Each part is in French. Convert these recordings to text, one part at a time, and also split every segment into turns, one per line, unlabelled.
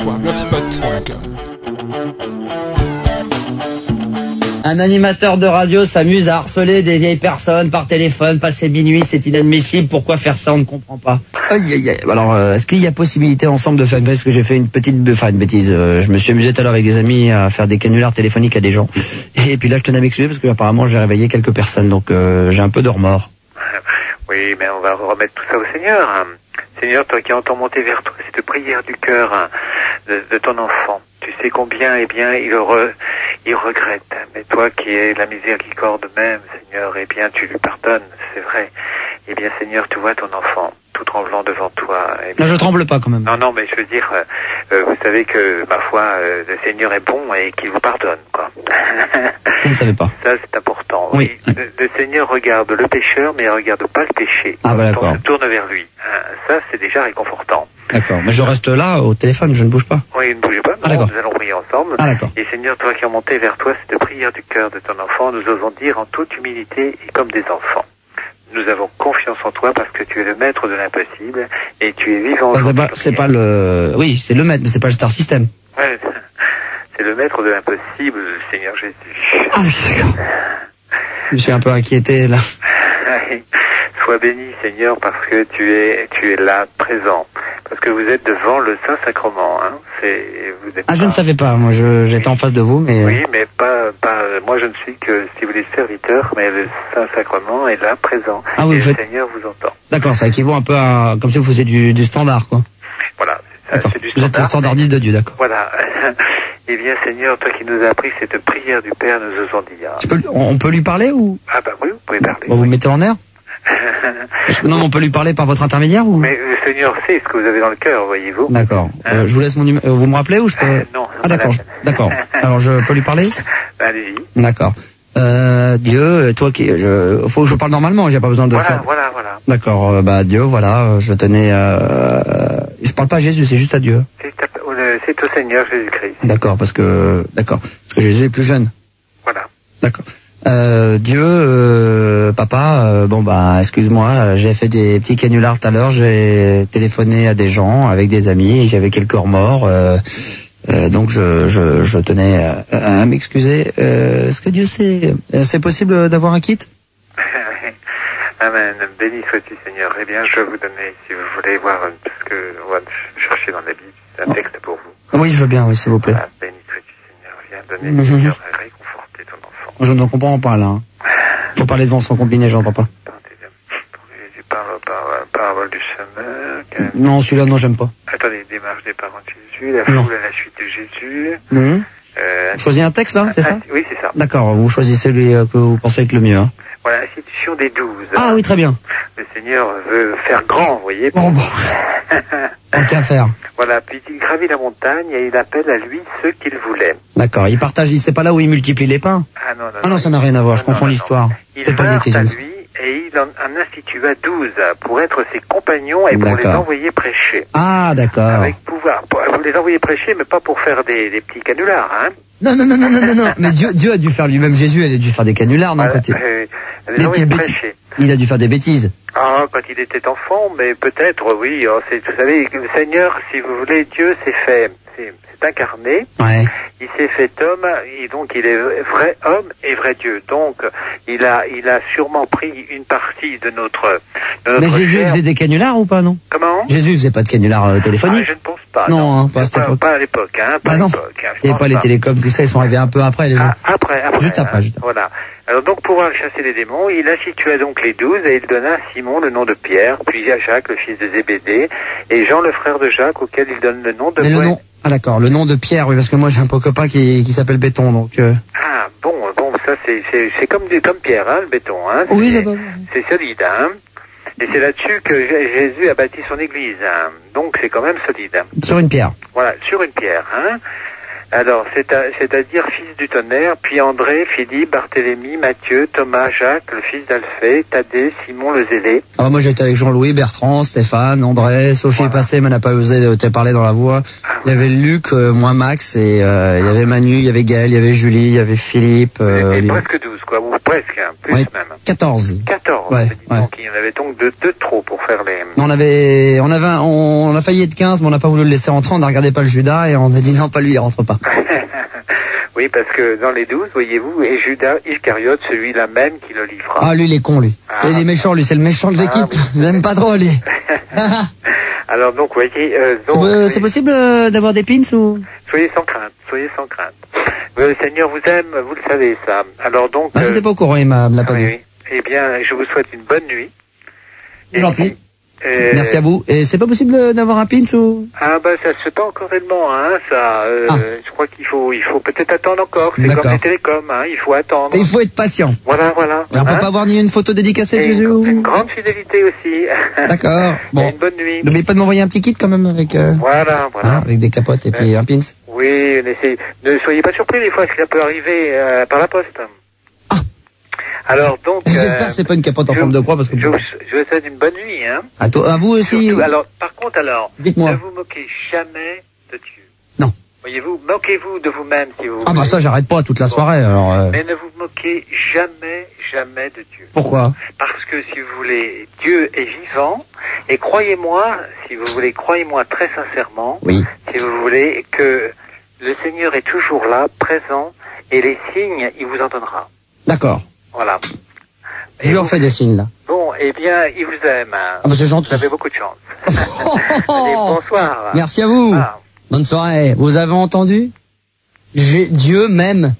Oncast.blogspot.com
Un animateur de radio s'amuse à harceler des vieilles personnes par téléphone, passer minuit, c'est inadmissible, pourquoi faire ça, on ne comprend pas. Aïe, aïe, aïe. Alors, euh, est-ce qu'il y a possibilité ensemble de faire une parce que j'ai fait une petite, enfin une bêtise, euh, je me suis amusé tout à l'heure avec des amis à faire des canulars téléphoniques à des gens. Et puis là, je tenais à m'excuser parce que apparemment j'ai réveillé quelques personnes, donc euh, j'ai un peu de remords.
Oui, mais on va remettre tout ça au Seigneur. Seigneur, toi qui entends monter vers toi cette prière du cœur hein, de, de ton enfant, tu sais combien, eh bien, il, re- il regrette. Mais toi qui es la miséricorde même, Seigneur, eh bien, tu lui pardonnes, c'est vrai. Eh bien, Seigneur, tu vois ton enfant tout tremblant devant toi. eh bien,
Non, je tremble pas quand même.
non, non, mais je veux dire, euh, euh, vous savez que, ma foi, euh, le Seigneur est bon et qu'il vous pardonne, quoi.
Je ne savais pas.
Ça, c'est important.
Oui.
Le, le Seigneur regarde le pécheur, mais il regarde pas le péché.
Ah, bah, d'accord.
On se tourne vers lui. Hein, Ça, c'est déjà réconfortant.
D'accord. Mais je reste là au téléphone, je ne bouge pas.
Oui, ne bougez pas.
Ah,
non,
d'accord.
nous allons prier ensemble.
Ah, d'accord.
Et Seigneur, toi qui as monté vers toi cette prière du cœur de ton enfant, nous osons dire en toute humilité et comme des enfants. Nous avons confiance en toi parce que tu es le maître de l'impossible et tu es vivant.
Enfin, Ah, c'est pas, c'est pas le, oui, c'est le maître, mais c'est pas le star system.
Ouais, c'est le maître de l'impossible, Seigneur Jésus.
Ah oui, d'accord. Je me suis un peu inquiété là.
Aïe. Sois béni, Seigneur, parce que tu es, tu es là, présent. Parce que vous êtes devant le Saint-Sacrement. Hein. C'est, vous êtes
Ah, je
pas-
ne savais pas. Moi, je- j'étais en face de vous, mais. euh,
Oui, mais pas, pas, moi je ne suis que, si vous voulez, serviteur, mais le Saint-Sacrement est là, présent.
Ah oui,
et
vous
le
faites-
Seigneur vous entend.
D'accord, ça équivaut un peu à. Comme si vous faisiez du, du standard, quoi.
Voilà, Bah, c'est ça,
D'accord.
c'est du
Vous êtes le
standard.
standardiste de Dieu, d'accord.
Voilà. Eh bien, Seigneur, toi qui nous as appris cette prière du Père, nous osons dire.
Tu peux- on, on peut lui parler ou.
Ah bah Ah. oui, vous pouvez parler.
Bon, vous me mettez en air Parce que- Non, mais on peut lui parler par votre intermédiaire ou.
Mais le Seigneur sait ce que vous avez dans le cœur, voyez-vous.
D'accord. Euh, je vous laisse mon numéro. Vous me rappelez ou je peux.
Non,
Ah, d'accord. Bah, je-
madame.
D'accord. Alors, je peux lui parler
Allez-y.
D'accord. Euh, Dieu, toi qui. Je... Faut que je vous parle normalement, j'ai pas besoin de
Voilà,
faire.
voilà, voilà.
D'accord, euh, bah Dieu, voilà, euh, je tenais à... Je parle pas à Jésus, c'est juste à Dieu.
C'est à- au- le- c'est au Seigneur Jésus-Christ.
D'accord, parce que... D'accord, parce que Jésus est plus jeune.
Voilà.
D'accord. Euh, Dieu, euh, papa, euh, bon bah excuse-moi, euh, j'ai fait des petits canulars tout à l'heure, j'ai téléphoné à des gens avec des amis, et j'avais quelques remords, euh, euh, donc je, je, je tenais à, à m'excuser. Euh, Est-ce que Dieu sait, euh, c'est possible d'avoir un kit
Amen. Béni sois-tu, Seigneur. Eh bien, je vais vous donner, si vous voulez voir, euh, parce que on va chercher dans la Bible, c'est un texte pour vous.
Ah Oui, je veux bien, oui, s'il vous plaît.
Voilà. Béni sois-tu, Seigneur. Viens donner,
Mhm.
Seigneur, à réconforter ton enfant.
Je ne comprends pas là. hein. Faut parler devant son combiné, j'entends pas.
Par tes- Par par- par- parole du Sommeur.
Non, celui-là, non, j'aime pas.
Attendez, démarche des parents de Jésus, la
Non.
foule à la suite de Jésus.
Mhm.
Euh,
On choisit un texte, là, c'est ça
ah, Oui, c'est ça.
D'accord, vous choisissez lui euh, que vous pensez être le mieux. hein.
Voilà, institution des douze.
Ah oui, très bien.
Le Seigneur veut faire grand, vous voyez.
Bon, bon. Tant qu'à faire.
Voilà, puis il gravit la montagne et il appelle à lui ceux qu'il voulait.
D'accord, il partage, il- c'est pas là où il multiplie les pains
Ah non, non,
Ah non, ça n'a rien à voir, je
Non,
confonds
non, non.
l'histoire.
Il
C'était pas
vint
une
à
bêtise.
lui et il en, en institua douze pour être ses compagnons et pour les
D'accord.
envoyer prêcher.
Ah, d'accord.
Avec pouvoir. Pour, vous les envoyer prêcher, mais pas pour faire des, des petits canulars. Hein.
Non, non, non, non, non, non, non. Mais Dieu, Dieu a dû faire lui-même Jésus, il a dû faire des canulars d'un
Voilà,
côté.
euh, les
Des
envoyer
petites bêtises.
prêcher.
Il a dû faire des bêtises.
Ah, quand il était enfant, mais peut-être, oui. oh, c'est- vous savez, le Seigneur, si vous voulez, Dieu s'est fait, s'est s'est incarné.
Ouais.
Il s'est fait homme et donc il est vrai homme et vrai Dieu. Donc il a il a sûrement pris une partie de notre de notre
Mais Jésus il
chair.
faisait des canulars ou pas, non
comment
Jésus il faisait pas de canulars euh,
ah,
téléphoniques.
Je ne pense pas.
Non, hein, pas à cette époque.
pas à l'époque. Hein, pas
Bah
à
non.
l'époque, hein, je
Il n'y avait
pense
pas les télécoms, tout ça, ils sont arrivés un peu après les gens.
Ah, après, après,
Juste après,
hein,
juste après.
Voilà. Alors donc pour chasser les démons, il institua donc les douze et il donna à Simon le nom de Pierre, puis à Jacques le fils de Zébédée et Jean le frère de Jacques auquel il donne le nom de
Mais le
Boé-
nom. Ah d'accord, le nom de Pierre, oui, parce que moi j'ai un peu copain qui, qui s'appelle Béton, donc. euh,
Ah bon, bon ça c'est c'est c'est comme du- comme Pierre hein, le béton hein.
Oui,
C'est-
ça va.
C'est solide, hein Et c'est là-dessus que Jé- Jésus a bâti son église, hein. Donc c'est quand même solide. hein.
Sur une pierre.
Voilà, sur une pierre, hein alors, c'est à- c'est-à-dire fils du tonnerre, puis André, Philippe, Barthélemy, Matthieu, Thomas, Jacques, le fils d'Alphée, Thaddée, Simon le zélé.
Alors Ah bah, moi j'étais avec Jean-Louis, Bertrand, Stéphane, André, Sophie est passée mais n'a pas osé euh, te parler dans la voix. Il y avait Luc, euh, moi Max, et euh, il y avait Manu, il y avait Gaël, il y avait Julie, il y avait Philippe. euh,
et
Olivier.
presque douze, quoi, ou presque, hein, plus
Ouais.
même.
14.
14.
Ouais,
Mais dis
ouais.
donc, il y en avait donc deux, deux de trop pour faire les.
Non, On avait, on avait, on, on a failli être 15, mais on n'a pas voulu le laisser rentrer. On a regardé pas le Judas et on a dit non, pas lui, il rentre pas.
Ah. Oui, parce que dans les douze, voyez-vous, et Judas Iscariote, celui-là même qui le livra.
Ah, lui, il est con, lui.
Ah.
il est méchant, lui. C'est le méchant de
Ah,
l'équipe.
oui.
Je l'aime pas trop, lui. Ah,
Alors donc, voyez, euh,
C'est
donc,
po-
oui,
c'est possible euh, d'avoir des pins ou
soyez sans crainte, soyez sans crainte. Le Seigneur vous aime, vous le savez ça. Alors donc,
Ah,
euh,
c'était pas au courant, il m'a me l'a pas
oui,
dit.
oui. eh bien, je vous souhaite une bonne nuit. Et
Gentil.
puis, euh,
Merci à vous. Et c'est pas possible euh, d'avoir un pins ou
Ah bah ça se tend encore réellement, hein, ça. euh,
Ah.
Je crois qu'il faut, il faut peut-être attendre encore. C'est
D'accord.
comme les télécoms, hein, il faut attendre.
Et Il faut être patient.
Voilà, voilà.
Alors, on peut
hein.
pas avoir ni une photo dédicacée de
Et
Jésus
une, une
ou
grande fidélité aussi.
D'accord.
Et
Bon.
une bonne nuit.
N'oubliez pas de m'envoyer un petit kit quand même avec, euh,
Voilà, voilà. Euh,
hein, avec des capotes et puis un pins.
Oui, on essaie. Ne soyez pas surpris des fois que ça peut arriver euh, par la poste.
Ah.
Alors donc. euh,
J'espère que c'est pas une capote en
je-
forme de croix parce que
Je, vous- je vous souhaite une bonne nuit, hein.
à, toi- à vous aussi.
Surtout, alors, par contre, alors, ne
Dites-moi.
vous moquez jamais de Dieu.
Non.
Voyez-vous, moquez-vous de vous-même si vous.
Ah bah
voulez.
ça j'arrête pas toute la
Bon.
soirée alors. euh,
Mais ne vous moquez jamais, jamais de Dieu.
pourquoi
Parce que si vous voulez, Dieu est vivant. Et croyez-moi, si vous voulez, croyez-moi très sincèrement,
Oui.
si vous voulez, que le Seigneur est toujours là, présent, et les signes, il vous en donnera.
D'accord.
Voilà.
Je lui en fais des signes là.
Bon, eh bien, il vous aime. hein.
Ah bah c'est gentil.
Vous avez beaucoup de chance.
Oh, oh,
Allez,
oh.
bonsoir.
Merci à vous.
Ah.
Bonne soirée. Vous avez entendu J'ai- Dieu m'aime.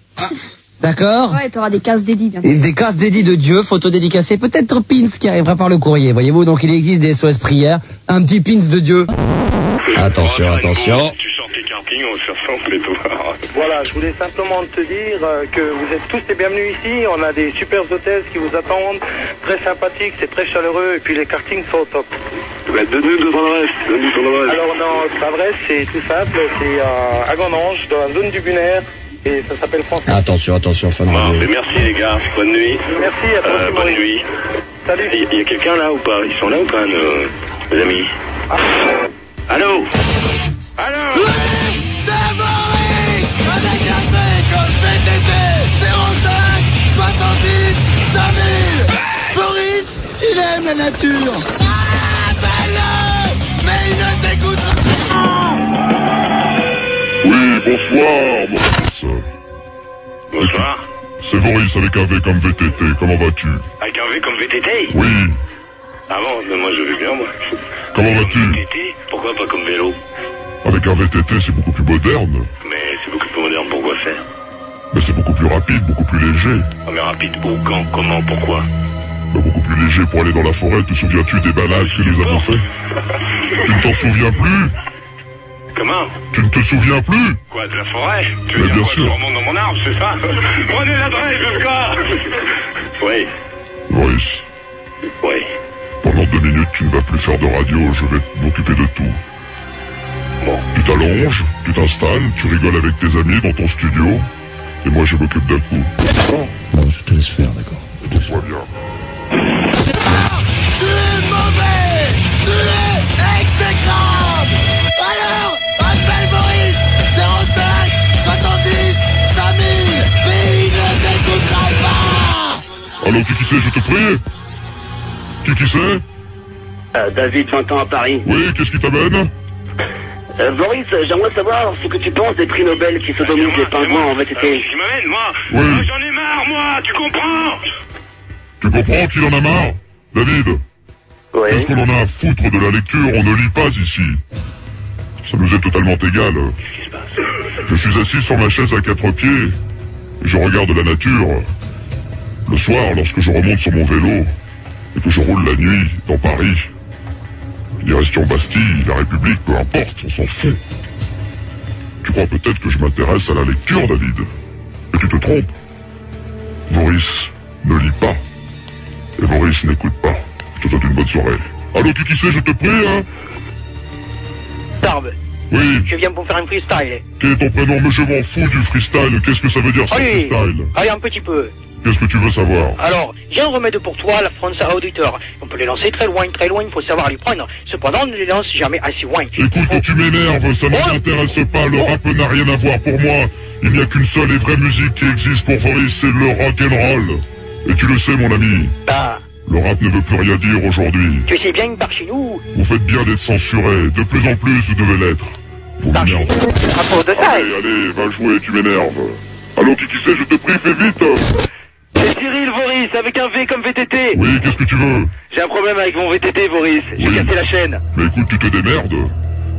D'accord
Ouais, t'auras des cases dédiées bientôt.
Et Des cases dédiées de Dieu, photos dédicacées, peut-être pins qui arrivera par le courrier, voyez-vous, donc il existe des SOS prières, un petit pins de Dieu. Attention, attention.
Tu sors tes kartings en cherchant plutôt.
Voilà, je voulais simplement te dire euh, que vous êtes tous les bienvenus ici. On a des super hôtels qui vous attendent. Très sympathiques, c'est très chaleureux et puis les kartings sont au top.
Bah, donne-nous ton adresse, donne-nous ton adresse.
Alors notre adresse c'est tout simple, c'est euh, à Gandange, dans la zone du Bunaire et ça s'appelle Français.
Attention, attention, fin de
Ah,
radio.
mais merci les gars, bonne nuit.
Merci à toi
Euh,
aussi,
bonne
Maurice.
nuit.
Salut.
Il y, a quelqu'un là ou pas Ils sont là ou pas, nos, nos amis
Ah.
Allô Allô
Oui, bonsoir. bon- ça.
Bonsoir.
C'est Boris avec AV comme VTT. Comment vas-tu
Avec un V comme VTT
Oui.
Ah bon, mais moi je vais bien moi.
Comment vas-tu
VTT Pourquoi pas comme vélo
Avec un VTT, c'est beaucoup plus moderne,
Mais c'est beaucoup plus moderne, pourquoi faire
mais c'est beaucoup plus rapide, beaucoup plus léger.
On est rapide où, quand, comment, pourquoi
Mais beaucoup plus léger pour aller dans la forêt. Te souviens-tu des balades que nous avons fait Tu ne t'en souviens plus
Comment
Tu ne te souviens plus
Quoi, de la forêt Tu
Mais
veux dire
Bah, bien
quoi,
sûr.
je remonte dans mon arbre, c'est ça Prenez l'adresse, le gars Oui,
Boris,
oui.
pendant deux minutes, tu ne vas plus faire de radio. Je vais m'occuper de tout.
Bon.
Tu t'allonges, tu t'installes, tu rigoles avec tes amis dans ton studio. Et moi, je m'occupe d'un coup.
Bon, je te laisse faire, d'accord.
Tout bien. Allô, qui qui c'est, je te prie Qui qui c'est
Euh, David, j'entends à Paris.
Oui, qu'est-ce qui t'amène
Euh, Boris, euh, j'aimerais savoir ce que tu penses des prix Nobel qui se
C'est
dominent les
moi, c'est
pingouins
moi.
en VTT.
Alors, Euh, Qui m'amène, moi
Oui.
Moi, J'en ai marre, moi, tu comprends
Tu comprends qu'il en a marre David,
Ouais.
qu'est-ce qu'on en a à foutre de la lecture On ne lit pas ici. Ça nous est totalement égal. Je suis assis sur ma chaise à quatre pieds et je regarde la nature. Le soir, lorsque je remonte sur mon vélo et que je roule la nuit dans Paris, les restions Bastille, la République, peu importe, on s'en fout. Tu crois peut-être que je m'intéresse à la lecture, David Mais tu te trompes. Boris ne lit pas. Et Boris n'écoute pas. Je te souhaite une bonne soirée. Allô, qui qui c'est, je te prie, hein
Tarbes,
Oui,
je viens pour faire un freestyle.
quel est ton prénom Mais je m'en fous du freestyle. Qu'est-ce que ça veut dire, ça, freestyle
allez un petit peu.
Qu'est-ce que tu veux savoir
Alors, j'ai un remède pour toi, la France à auditeur. On peut les lancer très loin, très loin, il faut savoir les prendre. Cependant, on ne les lance jamais assez loin.
Écoute, tu m'énerves, ça ne t'intéresse pas, le rap n'a rien à voir pour moi. Il n'y a qu'une seule et vraie musique qui existe pour Fabrice, c'est le rock'n'roll. Et tu le sais, mon ami.
Bah,
Le rap ne veut plus rien dire aujourd'hui.
tu sais bien que par chez nous,
Vous faites bien d'être censuré, de plus en plus vous devez l'être. Vous m'énervez.
rapport de taille.
Allez, allez, va jouer, tu m'énerves. Allô, qui qui sait, je te prie, fais vite
C'est Cyril Voris, avec un V comme VTT.
Oui, qu'est-ce que tu veux
J'ai un problème avec mon VTT, Voris. J'ai
Oui.
cassé la chaîne.
Mais écoute, tu te démerdes.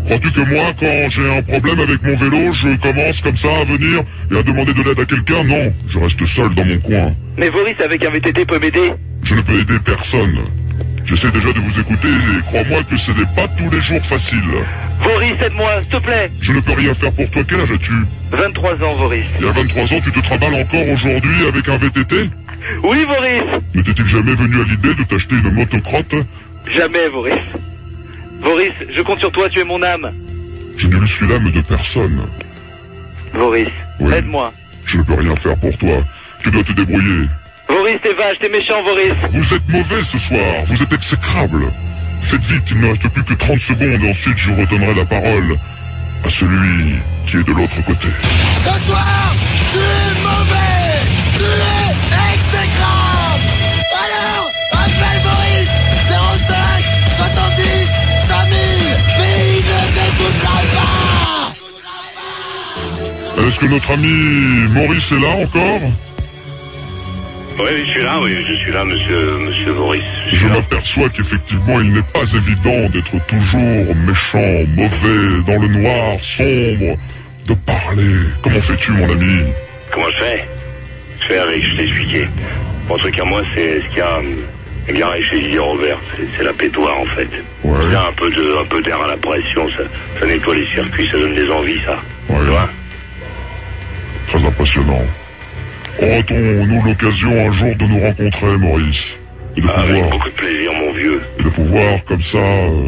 Crois-tu que moi, quand j'ai un problème avec mon vélo, je commence comme ça à venir et à demander de l'aide à quelqu'un Non, je reste seul dans mon coin.
Mais Voris, avec un VTT, peut m'aider
Je ne peux aider personne. J'essaie déjà de vous écouter et crois-moi que ce n'est pas tous les jours facile.
Voris, aide-moi, s'il te plaît.
Je ne peux rien faire pour toi. Quel âge as-tu
23 ans, Voris.
Il y a 23 ans, tu te travailles encore aujourd'hui avec un VTT
Oui, Voris.
N'était-il jamais venu à l'idée de t'acheter une motocrotte
Jamais, Voris. Voris, je compte sur toi, tu es mon âme.
Je ne lui suis l'âme de personne.
Voris,
Oui.
aide-moi.
Je ne peux rien faire pour toi. Tu dois te débrouiller.
Voris, t'es vache, t'es méchant, Voris.
Vous êtes mauvais ce soir, vous êtes exécrable. Faites vite, il ne reste plus que 30 secondes, ensuite je redonnerai la parole à celui qui est de l'autre côté.
Ce soir, tu es mauvais, tu es exécrable. Alors, appelle Maurice, 05 70 5000, mais il ne t'écoutera pas.
Est-ce que notre ami Maurice est là encore
Oui, je suis là, oui, je suis là, monsieur, monsieur Boris.
Je m'aperçois qu'effectivement il n'est pas évident d'être toujours méchant, mauvais, dans le noir, sombre, de parler. Comment fais-tu mon ami
Comment je fais Je fais avec, je t'ai expliqué. Mon truc à moi, c'est ce qu'il y a, hum, il y a chez Didier Robert. C'est- C'est la pétoire, en fait. Il y a un peu de, un peu d'air à la pression, ça, ça nettoie les circuits, ça donne des envies, ça. Tu vois
Très impressionnant. Aurons-nous l'occasion un jour de nous rencontrer Maurice et de
Avec
pouvoir
beaucoup de plaisir, mon vieux.
et de pouvoir comme ça euh,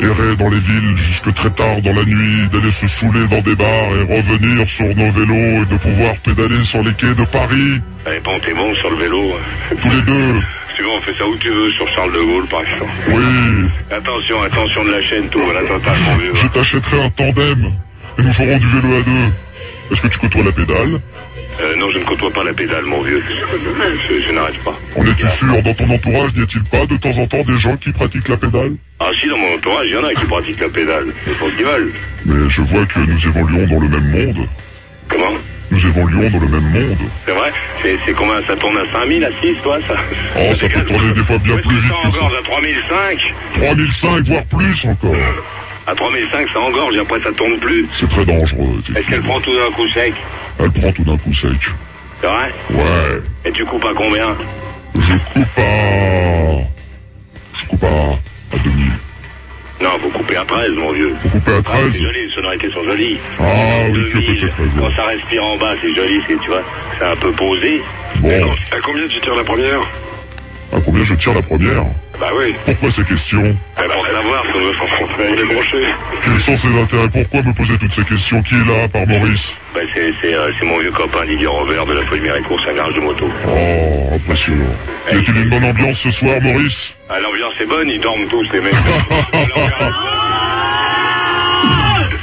errer dans les villes jusque très tard dans la nuit, d'aller se saouler dans des bars et revenir sur nos vélos et de pouvoir pédaler sur les quais de Paris,
Allez, bon, t'es bon sur le vélo. hein.
tous les deux.
Tu vois, on fait ça où tu veux, sur Charles de Gaulle, par exemple.
Oui,
Attention, attention de la chaîne, tout, voilà, total, mon vieux. hein.
je t'achèterai un tandem et nous ferons du vélo à deux. Est-ce que tu côtoies la pédale
Euh, non, je ne côtoie pas la pédale, mon vieux. Je, je n'arrête pas.
En es-tu sûr Dans ton entourage, n'y a-t-il pas de temps en temps des gens qui pratiquent la pédale
Ah si, dans mon entourage, il y en a qui pratiquent la pédale. C'est pour qu'ils veulent.
Mais je vois que nous évoluons dans le même monde.
Comment
Nous évoluons dans le même monde.
C'est vrai C'est c'est combien Ça tourne à 5000, à 6, toi, ça
Oh, ça peut tourner des fois bien plus vite que ça.
Engorge à 3005
3005, voire plus encore.
À 3005, ça engorge, après ça tourne plus.
C'est très dangereux. effectivement.
Est-ce qu'elle prend tout d'un coup sec
Elle prend tout d'un coup sec.
C'est vrai
Ouais.
Et tu coupes à combien
Je coupe à... Je coupe à... à demi.
Non, faut couper à 13, mon vieux.
Faut couper à 13
C'est joli, les sonorités sont jolies.
Ah oui, tu as
Demi,
peut-être raison.
Quand ça respire en bas, c'est joli, c'est, tu vois, c'est un peu posé.
Bon,
À combien tu tires la première
à combien je tire la première
Bah oui.
Pourquoi ces questions
Eh ben, pour savoir, si on veut s'en prendre les branchés.
Quels sont ses intérêts Pourquoi me poser toutes ces questions Qui est là, par Maurice
Bah, c'est, c'est, euh, c'est mon vieux copain Didier Robert de la Folie Méricourt, c'est un garage de moto.
Oh, impressionnant. Y a-t-il une bonne ambiance ce soir, Maurice
Ah, l'ambiance est bonne, ils dorment tous, les mecs.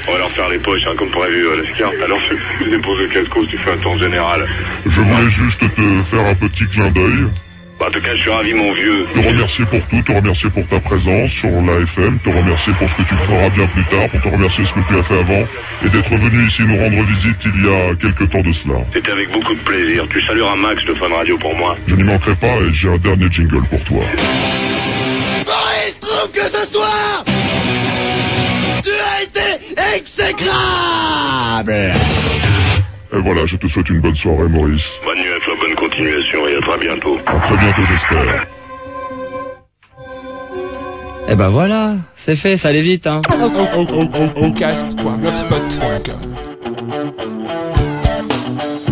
On va leur faire les poches, hein, comme prévu, euh, la carte. Alors, tu, tu déposes le casse-cou, tu fais un tour général.
Je voulais juste te faire un petit clin d'œil,
Bah, en tout cas, je suis ravi, mon vieux.
te remercier pour tout, te remercier pour ta présence sur la FM, te remercier pour ce que tu feras bien plus tard, pour te remercier ce que tu as fait avant, et d'être venu ici nous rendre visite il y a quelque temps de cela.
C'était avec beaucoup de plaisir. Tu salueras Max de Fun Radio pour moi.
Je n'y manquerai pas et j'ai un dernier jingle pour toi.
Maurice trouve que ce soir, tu as été exécrable.
Et voilà, je te souhaite une bonne soirée, Maurice.
Bonne nuit à toi, bonne continuation et à très bientôt.
À très bientôt, j'espère.
Eh ben voilà, c'est fait, ça allait vite, hein.
Cast.blogspot.com